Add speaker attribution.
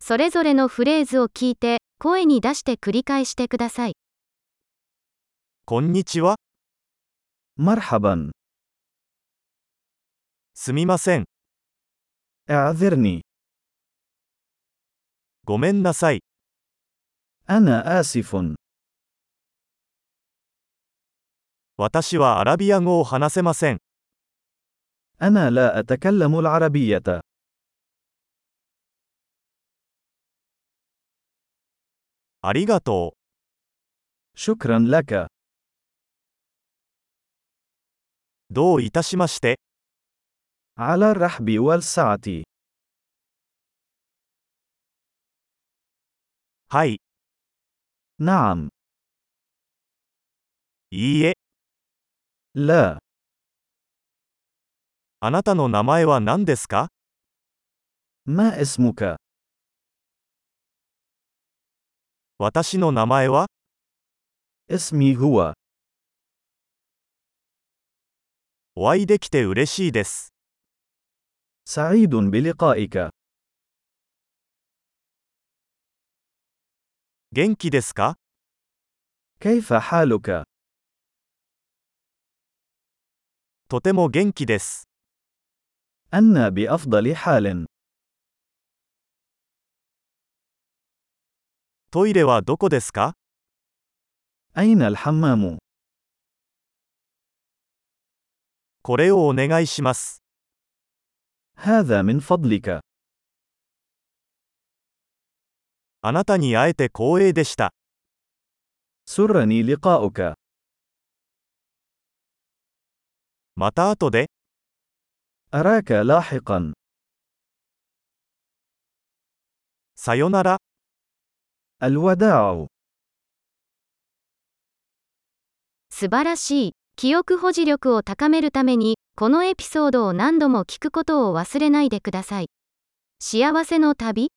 Speaker 1: それぞれのフレーズを聞いて、声に出して繰り返してください。
Speaker 2: こんにちは、
Speaker 3: مرحبا
Speaker 2: すみません、
Speaker 3: اعذرني
Speaker 2: ごめんなさい、
Speaker 3: أنا آسف
Speaker 2: 私はアラビア語を話せません、
Speaker 3: أنا لا أتكلم العربية
Speaker 2: ありがと
Speaker 3: شكرا لك
Speaker 2: う、どういたしまして、
Speaker 3: على الرحب والسعة
Speaker 2: はい、
Speaker 3: نعم
Speaker 2: いいえ、
Speaker 3: لا
Speaker 2: あなたの名前は何ですか
Speaker 3: ما اسمك
Speaker 2: 私の名前は、
Speaker 3: اسمي هو
Speaker 2: お会いできて嬉しいです。
Speaker 3: سعيد بلقائك
Speaker 2: 元気ですか
Speaker 3: كيف حالك
Speaker 2: とても元気です。
Speaker 3: أنا بأفضل حال
Speaker 2: トイレはどこですか
Speaker 3: أين الحمام
Speaker 2: これをお願いします。
Speaker 3: هذا من فضلك
Speaker 2: あなたに会えて光栄でした。
Speaker 3: سرني لقاؤك
Speaker 2: また後で、
Speaker 3: أراك لاحقا
Speaker 2: さよなら。
Speaker 3: الوداع
Speaker 1: 素晴らしい。記憶保持力を高めるために、このエピソードを何度も聞くことを忘れないでください。幸せの旅